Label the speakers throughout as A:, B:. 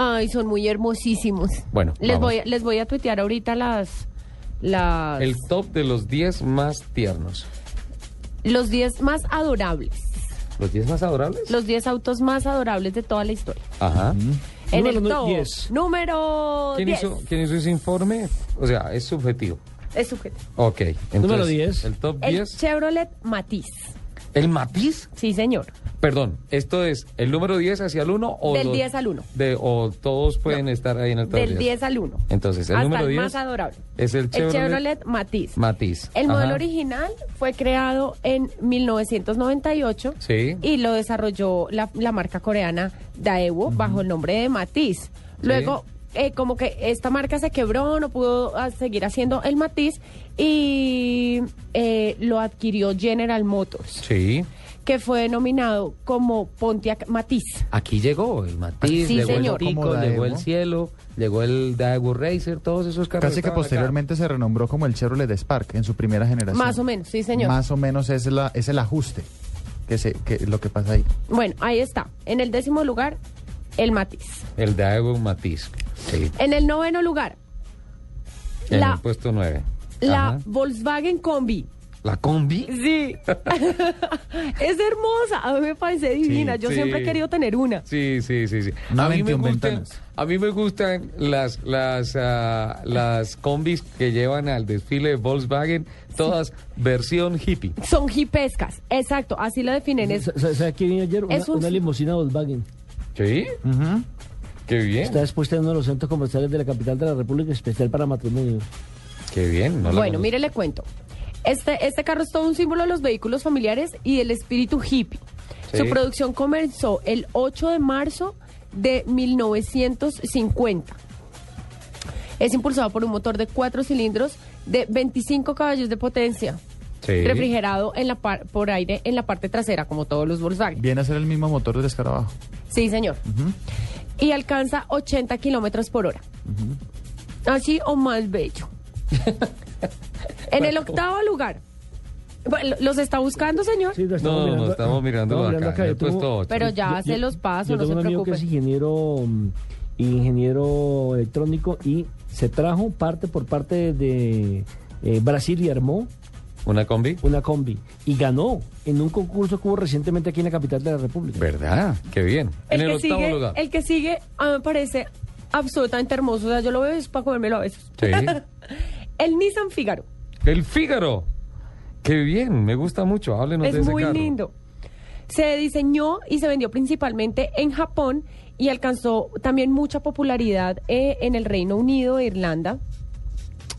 A: Ay, son muy hermosísimos.
B: Bueno,
A: les
B: vamos.
A: voy, les voy a tuitear ahorita las, las
B: El top de los 10 más tiernos.
A: los 10 más adorables,
B: ¿Los 10 más adorables?
A: los 10 autos más adorables de toda la historia.
B: Ajá.
A: En
C: Número
A: el
C: nu-
A: top,
C: 10.
A: número
B: ¿Quién
A: 10.
B: hizo, ¿Quién hizo ese informe? O sea, es subjetivo.
A: Es subjetivo.
B: Ok. entonces,
C: Número 10.
B: El top
A: El
B: 10.
A: Chevrolet Matiz.
B: ¿El matiz?
A: Sí, señor.
B: Perdón, ¿esto es el número 10 hacia el 1 o
A: Del
B: los-
A: 10 al 1.
B: De, ¿O todos pueden estar ahí en el top
A: Del 10 al 1.
B: Entonces, el
A: Hasta
B: número
A: el
B: 10
A: más adorable.
B: es el Chevrolet-
A: Matiz.
B: Matiz.
A: El modelo
B: Ajá.
A: original fue creado en 1998
B: Sí.
A: y lo desarrolló la, la marca coreana Daewoo bajo el nombre de Matiz. Luego, eh, como que esta marca se quebró, no pudo ah, seguir haciendo el Matiz y eh, lo adquirió General Motors,
B: Sí.
A: que fue denominado como Pontiac Matiz.
B: Aquí llegó el Matiz,
A: Sí,
B: llegó
A: señor.
B: el Tico,
D: Como Daewoo.
B: llegó el Cielo, llegó el Daewoo Racer, todos esos carros.
D: Casi que
B: estaban acá.
D: posteriormente se renombró como el Chevrolet Spark en su primera generación.
A: Más o menos, sí, señor.
D: Más o menos es, la, es el ajuste que, se, que lo que pasa ahí.
A: Bueno, ahí está. En el décimo lugar, el Matiz.
B: El Daewoo Matiz. Sí.
A: En el noveno lugar,
B: En
A: La-
B: el puesto 9.
A: la Volkswagen Combi.
B: ¿La combi?
A: Sí. es hermosa. A mí me parece divina. Yo
B: sí.
A: siempre he querido tener una.
B: Sí, sí, sí, sí.
D: Una
B: a, mí me
D: 21
B: gustan,
D: ventanas.
B: a mí me gustan las las ah, las combis que llevan al desfile de Volkswagen, todas versión hippie.
A: Son hipescas. Exacto. Así la definen. Es,
C: ¿Sabes ¿sabe qué vi ayer? Una,
A: Es un-
C: una limusina Volkswagen.
B: ¿Sí? Qué
A: ¿Eh?
B: bien.
C: Está expuesta en uno de los centros comerciales de la capital de la República Especial para Matrimonio.
B: Qué bien. no la
A: bueno,
B: conozco.
A: mire, le cuento. Este, este carro es todo un símbolo de los vehículos familiares y del espíritu hippie.
B: Sí.
A: Su producción comenzó el 8 de marzo de 1950. Es impulsado por un motor de cuatro cilindros de 25 caballos de potencia.
B: Sí.
A: Refrigerado en la par- por aire en la parte trasera, como todos los Volkswagen.
D: Viene a ser el mismo motor del escarabajo.
A: Sí, señor. Y alcanza 80 kilómetros por hora. Así o más bello. en el octavo lugar. Bueno, ¿Los está buscando, señor?
C: Sí, lo
B: No, no, estamos mirando acá,
C: Yo
B: el puesto
C: tengo-
B: ocho.
A: Pero ya se los paso,
C: yo
A: no
C: tengo
A: se
C: un amigo que es
A: preocupe.
C: ingeniero, mm, ingeniero electrónico y se trajo parte por parte de eh, Brasil y armó
B: ¿Una combi?
C: una combi y ganó en un concurso que hubo recientemente aquí en la capital de la República.
B: ¿Verdad? Qué bien.
A: El,
B: en el
A: que
B: octavo
A: sigue,
B: lugar.
A: el que sigue a mí me parece absolutamente hermoso. O sea, yo lo veo y es para comérmelo a veces.
B: Sí.
A: El Nissan Figaro.
B: El Fígaro. Qué bien, me gusta mucho. Háblenos de
A: es
B: ese
A: muy
B: carro.
A: lindo. Se diseñó y se vendió principalmente en Japón y alcanzó también mucha popularidad eh, en el Reino Unido e Irlanda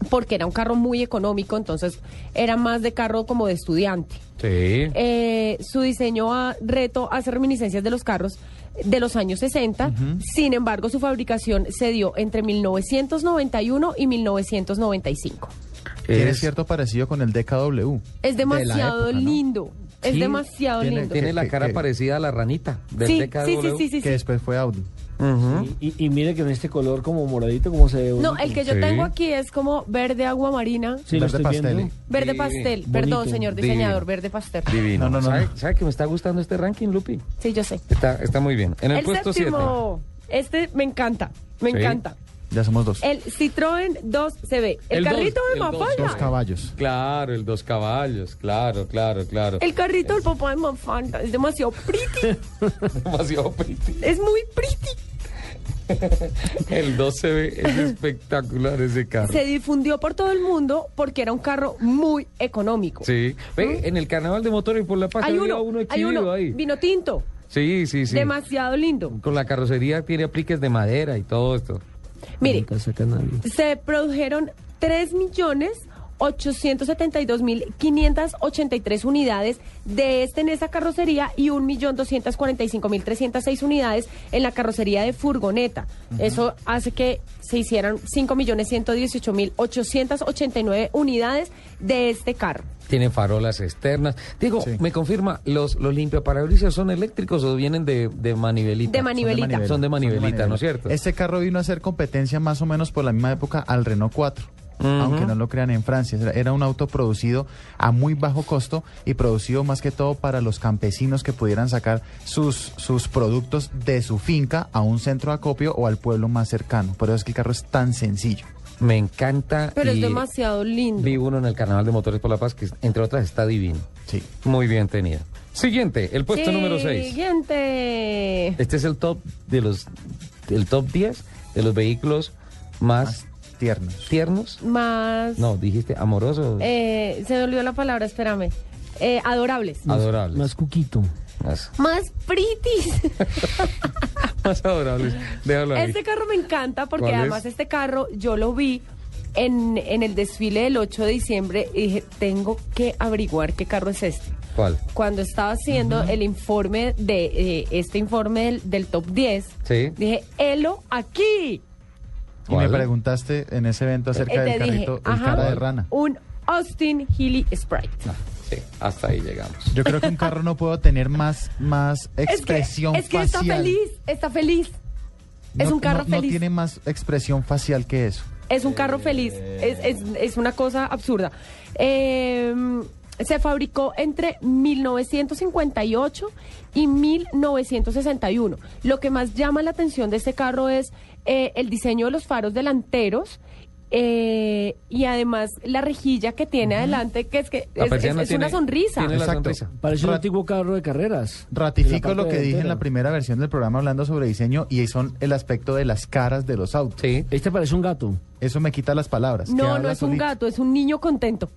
A: porque era un carro muy económico, entonces era más de carro como de estudiante.
B: Sí.
A: Eh, su diseño a, reto hace reminiscencias de los carros de los años 60, sin embargo su fabricación se dio entre 1991 y 1995.
D: Tiene
B: Es-
D: cierto parecido con el DKW.
A: Es demasiado
D: época, ¿no?
A: lindo, es
B: Sí,
A: demasiado
D: tiene-
A: lindo.
B: Tiene
D: Que-
B: la
D: que-
B: cara
D: que-
B: parecida a la ranita del
A: Sí,
B: DKW.
A: sí, sí, sí, sí, sí.
D: Que después fue Audi.
B: Ujú.
C: Y, y mire que en este color como moradito, como se ve.
A: No,
C: bonito.
A: el que yo
B: Sí.
A: tengo aquí es como verde agua marina,
C: Sí, lo
D: Verde
C: estoy
D: pastel.
C: viendo.
A: verde
B: Sí,
A: pastel.
C: bonito,
A: Perdón, señor diseñador,
B: divino.
A: verde pastel.
B: Divino.
D: No, no, no,
B: ¿Sabe,
D: no.
B: sabe que me está gustando este ranking, Lupi?
A: Sí, yo sé.
B: Está, está muy bien. En el,
A: El,
B: puesto 7.
A: séptimo, este me encanta, me
B: Sí.
A: encanta.
D: Ya somos dos.
A: El Citroën 2CB, el,
B: El dos,
A: carrito
B: el
A: de
B: dos,
D: Dos
A: Mafalda.
D: caballos.
B: Claro, el dos caballos. Claro, claro, claro.
A: El carrito del papá de Mafalda es demasiado pretty,
B: Demasiado pretty.
A: es muy pretty.
B: El 2 se ve es espectacular ese carro.
A: Se difundió por todo el mundo porque era un carro muy económico.
B: Sí. Ve, en el carnaval de motores por la paz
A: Hay
B: había
A: uno, hay
B: exhibido
A: uno,
B: ahí.
A: vino tinto,
B: Sí, sí, sí.
A: demasiado lindo.
B: Con la carrocería tiene apliques de madera y todo esto.
A: Mire,
C: Nunca saca nadie.
A: se produjeron 3 millones 872.583 unidades de este en esa carrocería y 1.245.306 unidades en la carrocería de furgoneta. Eso hace que se hicieran 5.118.889 unidades de este carro.
B: Tiene farolas externas. Digo,
D: Sí.
B: me confirma, ¿los, los limpiaparabrisas son eléctricos o vienen de, de manivelita?
A: De manivelita.
B: Son de manivelita, ¿no es cierto?
D: Este carro vino a hacer competencia más o menos por la misma época al Renault 4. Aunque no lo crean en Francia, Era- era un auto producido a muy bajo costo y producido más que todo para los campesinos que pudieran sacar sus, sus productos de su finca a un centro de acopio o al pueblo más cercano. Por eso es que el carro es tan sencillo.
B: Me encanta.
A: Pero es
B: y
A: demasiado lindo.
B: Vi uno en el Carnaval de Motores por la Paz que, entre otras, está divino.
D: Sí.
B: Muy bien tenido. Siguiente, el puesto número 6.
A: Siguiente.
B: Este es el top de los el top 10 de los vehículos más
D: Más tiernos.
B: tiernos.
A: Más.
B: No, dijiste amorosos.
A: Eh, se me olvidó la palabra, espérame. Eh, adorables.
B: Más- Adorables.
C: Más cuquito.
B: Más,
A: Más pretty.
B: más adorables. Déjalo ahí.
A: Este carro me encanta porque
B: ¿Cuál es?
A: además este carro yo lo vi en, en el desfile del 8 de diciembre y dije, tengo que averiguar qué carro es este.
B: ¿Cuál?
A: Cuando estaba haciendo el informe de eh, este informe del, del top 10,
B: Sí.
A: dije, helo aquí.
D: Y me
B: ¿Cuál?
D: preguntaste en ese evento acerca
A: Y
D: del
A: Eh, te dije,
D: carrito, el
A: ajá, Uh.
D: cara de rana.
A: Un Austin Healy Sprite.
B: No, sí, hasta ahí llegamos.
D: Yo creo que un carro no puedo tener más, más
A: Es que-
D: expresión
A: es que,
D: facial.
A: está feliz, está feliz. es
D: No-
A: un carro
D: no- No
A: feliz.
D: tiene más expresión facial que eso.
A: Es un carro feliz, es, es- es una cosa absurda. Eh, se fabricó entre 1958 y 1961. Lo que más llama la atención de este carro es eh, el diseño de los faros delanteros. eh, y además la rejilla que tiene adelante, que es que
B: La
A: es,
B: persiana
A: es- es una
B: tiene-
A: sonrisa.
B: tiene la
D: Exacto.
B: sonrisa.
C: Parece un
D: Ra-
C: antiguo carro de carreras.
D: Ratifico
C: En la
D: lo
C: parte
D: que dije en la
C: delantera.
D: primera versión del programa hablando sobre diseño y son el aspecto de las caras de los autos.
B: Sí.
C: Este parece un gato.
D: Eso me quita las palabras. que
A: No, no
D: habla
A: es un
D: solito.
A: gato, es un niño contento.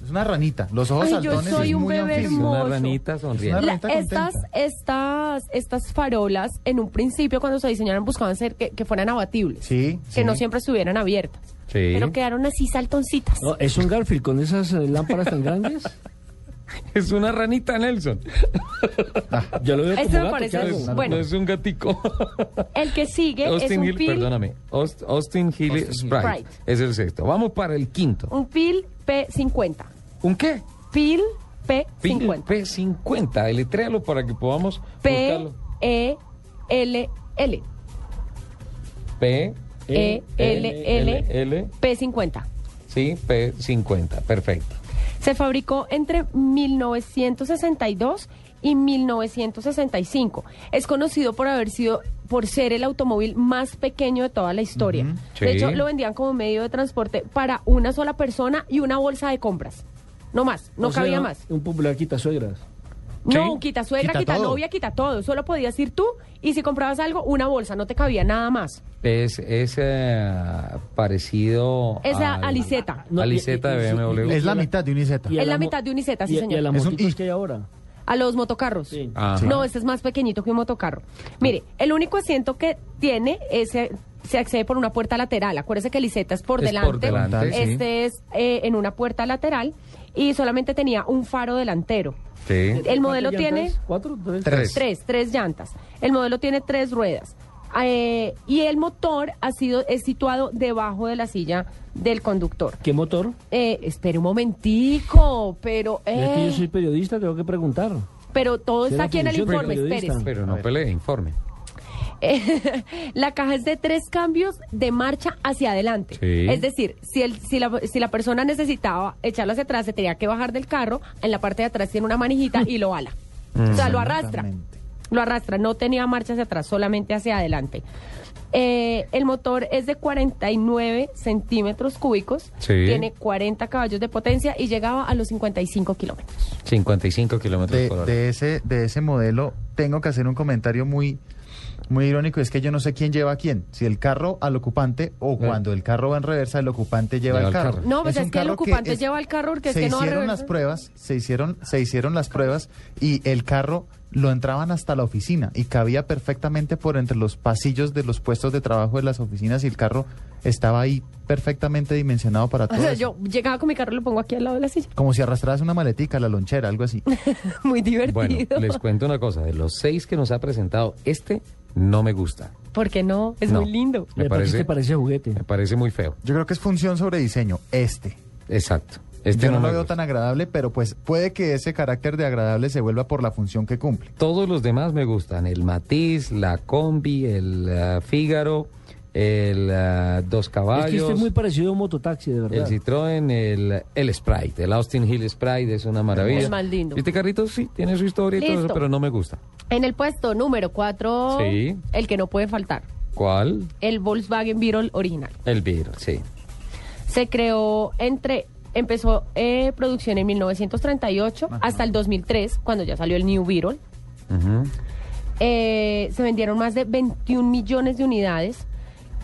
D: Es una ranita. Los ojos
A: Ay, yo
D: saltones
A: soy
D: es
A: un
D: muy
A: bebé
D: anfibio.
A: hermoso.
B: Una ranita sonriendo.
D: Es
A: La-
D: Ahorita
A: estas,
D: contenta.
A: estas, estas farolas, en un principio cuando se diseñaron buscaban ser que, que fueran abatibles,
D: Sí,
A: que
D: sí.
A: no siempre estuvieran abiertas,
B: Sí.
A: pero quedaron así saltoncitas.
C: No, es un Garfield con esas eh, lámparas tan grandes.
B: Es una ranita, Nelson.
C: Yo lo veo
A: Este
C: como
A: me
C: gato,
A: parece
C: ¿qué hago?
A: algo. Bueno.
B: No es un gatico.
A: El que sigue es
B: Austin
A: un
B: Hill,
A: pil,
B: perdóname. Aust- Austin Hill
D: Austin Hill.
B: Sprite.
A: Sprite.
B: Es el sexto. Vamos para el quinto.
A: un pil P50,
B: ¿Un qué?
A: pil
B: Pil
A: P50,
B: P50. Deletréalo para que podamos
A: P
B: buscarlo.
A: E L L
B: P.
A: E L L
B: L.
A: P50.
B: Sí, P50. Perfecto.
A: Se fabricó entre 1962 y 1965. Es conocido por haber sido por ser el automóvil más pequeño de toda la historia.
B: sí.
A: De hecho, lo vendían como medio de transporte para una sola persona y una bolsa de compras. No más, no
C: O sea,
A: cabía más.
C: Un popular quitasuegras.
A: No, quita suegra,
D: Quita
A: quita,
D: todo.
A: novia, quita todo. Solo podías ir tú y si comprabas algo, una bolsa, no te cabía nada más.
B: Es, es eh, parecido.
A: Es a Aliceta.
C: No,
B: a Aliceta
C: y- y-
B: de
C: y-
B: BMW.
D: Es la mitad de un Iseta.
C: Y a
A: Es la
C: mo-
A: mitad de un Iseta, sí,
C: y a-
A: señor.
C: Y a las
D: Es un
C: moticos
D: I.
C: que hay ahora.
A: A los motocarros.
C: Sí.
B: Ajá.
A: No, este es más pequeñito que un motocarro. Mire, el único asiento que tiene es, eh, se accede por una puerta lateral. Acuérdese que Liseta es por
B: Es
A: delante.
B: por delante, sí.
A: este es eh, en una puerta lateral y solamente tenía un faro delantero.
B: Sí.
A: El modelo
C: ¿Cuántas
A: tiene
C: llantas? ¿Cuatro? ¿Tres?
B: Tres.
A: tres, tres llantas. El modelo tiene tres ruedas. Eh, y el motor ha sido es situado debajo de la silla del conductor.
C: ¿Qué motor?
A: Eh, espere un momentico, pero
C: Es que
A: eh,
C: yo soy periodista, tengo que preguntar.
A: pero todo
C: Soy
A: está
C: la
A: aquí en el
C: función del
A: informe,
C: periodista.
A: espérese.
B: Pero
D: A
B: no
D: ver.
B: pelee, informe.
A: Eh, la caja es de tres cambios de marcha hacia adelante.
B: Sí.
A: Es decir, si, el, si, la, si la persona necesitaba echarlo hacia atrás, se tenía que bajar del carro, en la parte de atrás tiene una manijita y lo ala. O sea, lo arrastra.
D: Exactamente.
A: Lo arrastra, no tenía marcha hacia atrás, solamente hacia adelante. Eh, el motor es de 49 centímetros cúbicos,
B: Sí.
A: tiene 40 caballos de potencia y llegaba a los 55 kilómetros.
B: 55 kilómetros
D: de,
B: por hora.
D: de ese, de ese modelo, tengo que hacer un comentario muy, muy irónico. Es que yo no sé quién lleva a quién. Si el carro al ocupante o cuando el carro va en reversa, el ocupante Eh. lleva, el carro.
A: No, pues es
D: un
A: que el
D: carro
A: ocupante lleva el carro porque es
D: se
A: que no va a
D: hicieron las
A: reversa.
D: pruebas, se hicieron, se hicieron las pruebas y el carro lo entraban hasta la oficina y cabía perfectamente por entre los pasillos de los puestos de trabajo de las oficinas y el carro estaba ahí perfectamente dimensionado para
A: O
D: todo.
A: sea,
B: Pues.
D: eso.
A: yo llegaba con mi carro y lo pongo aquí al lado de la silla.
D: Como si arrastraras una maletica, la lonchera, algo así.
A: Muy
B: Bueno,
A: divertido.
B: les cuento una cosa. De los seis que nos ha presentado, este no me gusta.
A: ¿Por qué no? Es
B: No.
A: muy lindo.
B: Me
C: ¿Le
B: parece-
C: parece, parece juguete?
B: Me parece muy feo.
D: Yo creo que es función sobre diseño, este.
B: Exacto. Este
D: yo no,
B: me
D: lo veo
B: gusta.
D: tan agradable, pero pues puede que ese carácter de agradable se vuelva por la función que cumple.
B: Todos los demás me gustan. El Matiz, la Combi, el ah, Fígaro, el ah, Dos Caballos.
C: Es que este es muy parecido a un mototaxi, de
B: El
C: verdad.
B: Citroën, el, el Sprite, el Austin Hill Sprite es una maravilla.
A: Es más lindo.
B: Este carrito sí tiene su historia y todo eso,
A: Listo.
B: pero no me gusta.
A: En el puesto número 4,
B: Sí.
A: el que no puede faltar,
B: ¿Cuál?
A: el Volkswagen Beetle original.
B: El Beetle, sí.
A: Se creó entre... Empezó eh, producción en 1938 hasta el 2003, cuando ya salió el New Beetle.
B: Ujú.
A: Eh, se vendieron más de 21 millones de unidades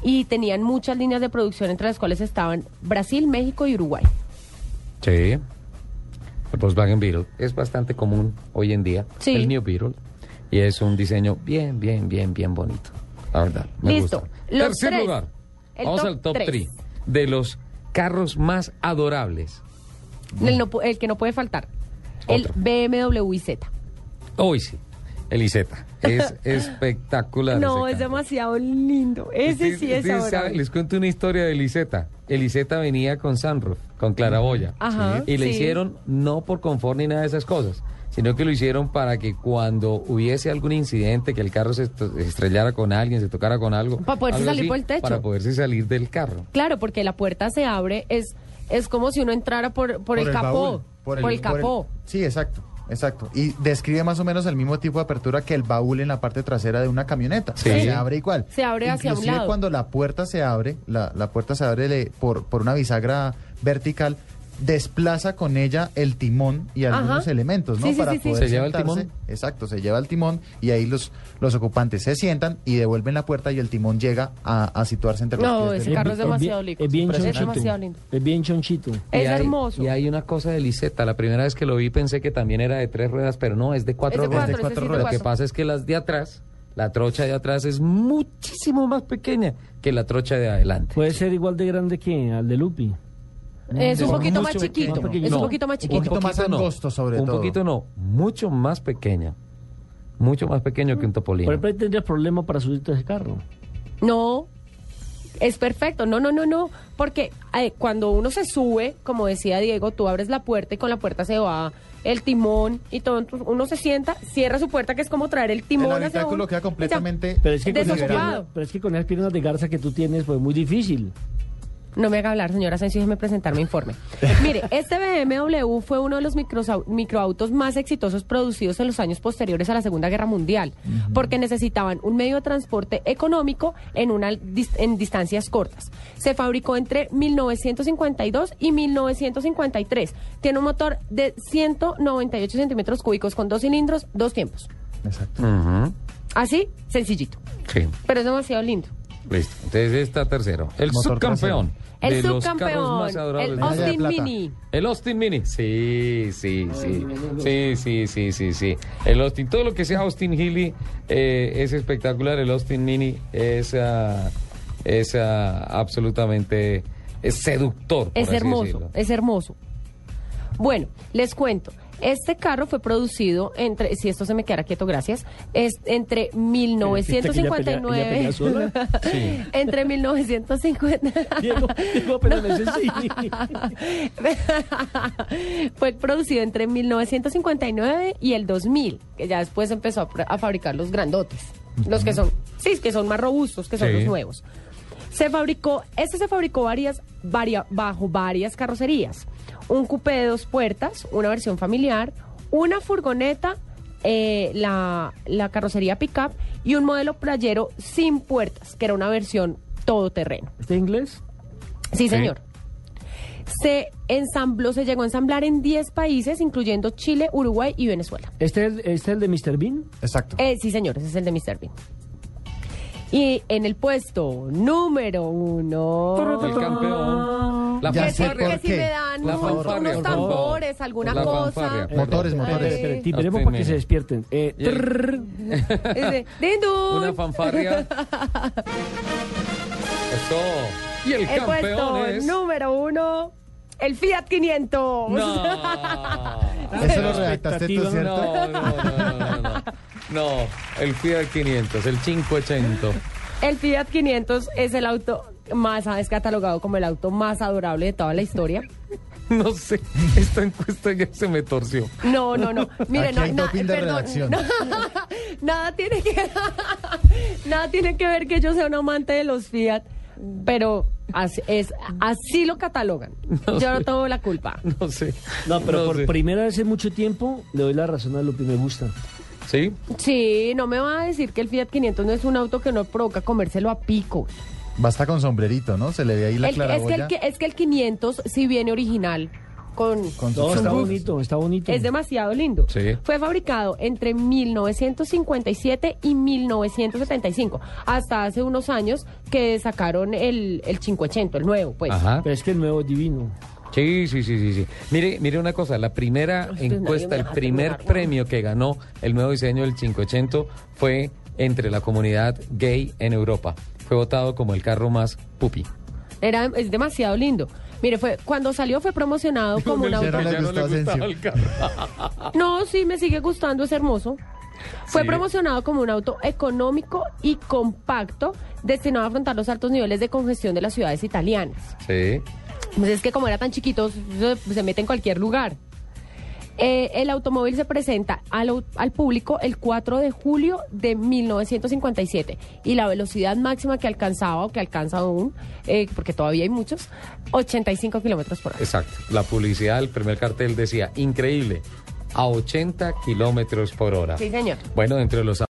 A: y tenían muchas líneas de producción, entre las cuales estaban Brasil, México y Uruguay.
B: Sí. El Volkswagen Beetle es bastante común hoy en día.
A: Sí.
B: El New Beetle. Y es un diseño bien, bien, bien, bien bonito. La verdad, me
A: Listo.
B: gusta.
A: Los
B: Tercer
A: tres.
B: lugar.
A: El
B: Vamos
A: top
B: al top
A: tres.
B: 3 de los carros más adorables.
A: El, no pu- el que no puede faltar, el
B: Otro.
A: BMW IZ.
B: Hoy sí. El Iseta. Es espectacular.
A: No,
B: ese
A: es
B: carro.
A: demasiado lindo. Ese sí es
B: Ustedes saben,
A: adorable.
B: Les cuento una historia de Eliseta. Eliseta venía con sunroof, con claraboya.
A: Ajá,
B: y le
A: sí.
B: hicieron no por confort ni nada de esas cosas, sino que lo hicieron para que cuando hubiese algún incidente, que el carro se est- estrellara con alguien, se tocara con algo.
A: Para poderse
B: algo
A: salir por el techo.
B: Para poderse salir del carro.
A: Claro, porque la puerta se abre, es, es como si uno entrara por, por, el, capó.
D: baúl,
A: por, el
D: por
A: capó.
D: sí, exacto, exacto. Y describe más o menos el mismo tipo de apertura que el baúl en la parte trasera de una camioneta.
B: Sí.
D: O sea, Se abre igual.
A: Se abre hacia un
D: Inclusive
A: lado.
D: cuando la puerta se abre, la, la puerta se abre le- por, por una bisagra vertical, desplaza con ella el timón y
A: Ajá.
D: algunos elementos, ¿no?
A: Sí, sí,
D: Para
A: sí, sí.
D: poder
B: ¿Se lleva el
D: sentarse.
B: timón?
D: Exacto, se lleva el timón y ahí los, los ocupantes se sientan y devuelven la puerta y el timón llega a, a situarse entre los
A: No,
D: pies
A: ese
D: del-
A: carro es
C: bien-
A: demasiado lindo.
C: Es bien
A: Es
C: chonchito.
A: demasiado lindo.
C: Es bien chonchito.
A: Es
B: Y hay-
A: hermoso.
B: Y hay una cosa de Eliseta. La primera vez que lo vi pensé que también era de tres ruedas, pero no, es de cuatro
A: Es de
B: ruedas.
A: cuatro,
D: cuatro
A: ese sí es de
D: ruedas.
B: Lo que
A: cuatro.
B: pasa es que las de atrás, la trocha de atrás es muchísimo más pequeña que la trocha de adelante.
C: Puede ser igual de grande que al de Lupi.
A: Es un
B: No,
A: poquito más
C: mucho
A: chiquito.
C: pequeño.
A: Es un
C: No.
A: poquito más
D: Un
A: chiquito.
D: poquito más angosto, sobre
B: un
D: todo.
B: poquito no, mucho más pequeña. Mucho más pequeño que un
C: Por
B: topolino.
C: ejemplo, ahí tendrías problemas para subirte a ese carro.
A: No, es perfecto. No, no, no, no. Porque eh, cuando uno se sube, como decía Diego, tú abres la puerta y con la puerta se va el timón y todo. Entonces, uno se sienta, cierra su puerta, que es como traer el timón. hacia
D: habitáculo
A: uno,
D: queda
A: y ya.
D: completamente
C: Pero es que, con las
A: Desocupado.
C: piernas, pero es que con esas piernas de garza que tú tienes, pues muy difícil.
A: No me haga hablar, señora Asensio, déjeme presentar mi informe. Mire, este BMW fue uno de los microsau- microautos más exitosos producidos en los años posteriores a la Segunda Guerra Mundial, porque necesitaban un medio de transporte económico en, una, dis- en distancias cortas. Se fabricó entre 1952 y 1953. Tiene un motor de 198 centímetros cúbicos con dos cilindros, dos tiempos.
D: Exacto.
B: Ujú,
A: Así, sencillito.
B: Sí,
A: Pero es demasiado lindo.
B: listo. Entonces está tercero. El
D: Motor
B: subcampeón.
A: El
B: de los carros
A: subcampeón,
B: más adorables
A: el
B: del mundo.
D: Medalla de
A: Austin
D: plata.
A: Mini.
B: El Austin Mini. Sí, sí, sí. Sí, sí, sí, sí, sí. El Austin, todo lo que sea Austin Healy eh, es espectacular. El Austin Mini es, ah, es ah, absolutamente eh, seductor. por
A: Es
B: así
A: hermoso,
B: decirlo.
A: es hermoso. Bueno, les cuento. Este carro fue producido entre, si esto se me quedara quieto, gracias, es entre
C: ¿Viste que ella pelea- ella
A: 1959,
C: pelea sola?
A: entre 1950,
C: Diego, Diego apenas me dice sí.
A: fue producido entre 1959 y el 2000, que ya después empezó a, pr- a fabricar los grandotes, los que son, sí, que son más robustos, que son
B: Sí.
A: los nuevos. Se fabricó, este se fabricó varias, varia- bajo varias carrocerías. Un coupé de dos puertas, una versión familiar, una furgoneta, eh, la, la carrocería pickup y un modelo playero sin puertas, que era una versión todoterreno.
C: ¿Este es inglés?
A: Sí, señor. Se ensambló, se llegó a ensamblar en 10 países, incluyendo Chile, Uruguay y Venezuela.
C: ¿Este es, el- este es el de Mr. Bean?
D: Exacto.
A: Eh, sí, señor, ese es el de Mr. Bean. Y en el puesto número uno,
B: El campeón.
A: no.
B: La
A: que
D: Ya
A: si,
D: sé por
A: que si
D: qué.
A: me dan
B: La
A: un-
B: fanfarria,
A: unos
B: por favor.
A: tambores, alguna
B: La
A: cosa. Eh,
B: fanfarria.
D: Motores,
A: Ay.
D: motores.
C: Espere,
A: eh,
B: A
C: Timbremos
B: usted,
C: para que
B: mire.
C: se despierten. Eh,
B: Yeah.
C: trrr.
A: Es de, "Dindun".
B: Una fanfarria. Eso. Y el,
A: El puesto
B: campeón es.
A: número uno, el Fiat 500.
B: No.
D: Eso lo redactaste tú,
C: Expectativa,
B: No,
D: ¿cierto?
B: no, no, no, no, no. No, el Fiat 500, el 580.
A: El Fiat 500 es el auto más, ah, es catalogado como el auto más adorable de toda la historia.
B: No sé, esta encuesta ya se me torció.
A: No, no, no. Mire,
D: Aquí
A: no,
D: hay
A: na-
D: doping de redacción.
A: no, nada tiene que nada tiene que ver que yo sea un amante de los Fiat, pero así, es, así lo catalogan. yo no tengo la culpa.
B: No sé.
C: No, pero por
B: sé.
C: primera vez en mucho tiempo le doy la razón a Lupi, me gusta.
B: Sí,
A: Sí, no me va a decir que el Fiat 500 no es un auto que no provoca comérselo a pico.
D: Basta con sombrerito, ¿no? Se le ve ahí la
A: El- es, que el,
D: claraboya.
A: que- es que el 500 sí viene original con
D: Con su
C: No, está
D: chongo.
C: bonito, está bonito.
A: Es demasiado lindo.
B: Sí.
A: Fue fabricado entre 1957 y 1975, hasta hace unos años que sacaron el, el 580, el nuevo, pues.
B: ajá.
C: Pero es que el nuevo es divino.
B: Sí, sí, sí, sí, sí. Mire, mire una cosa, la primera
A: Uy, pues nadie
B: encuesta,
A: me
B: el
A: hace
B: primer
A: lugar, ¿no?
B: premio que ganó el nuevo diseño del 580 fue entre la comunidad gay en Europa. Fue votado como el carro más pupi.
A: Era, es demasiado lindo. Mire, fue cuando salió fue promocionado como un
D: Ya
A: auto.
D: no le gustó a Asensio.
A: No, sí, me sigue gustando, es hermoso. Fue
B: Sí.
A: promocionado como un auto económico y compacto destinado a afrontar los altos niveles de congestión de las ciudades italianas.
B: Sí.
A: Pues es que como era tan chiquitos, se, se mete en cualquier lugar. Eh, el automóvil se presenta al, au- al público el 4 de julio de 1957 y la velocidad máxima que alcanzaba o que alcanza aún, eh, porque todavía hay muchos, 85 kilómetros por hora.
B: Exacto. La publicidad, el primer cartel decía, increíble, a 80 kilómetros por hora.
A: Sí, señor.
B: Bueno, entre los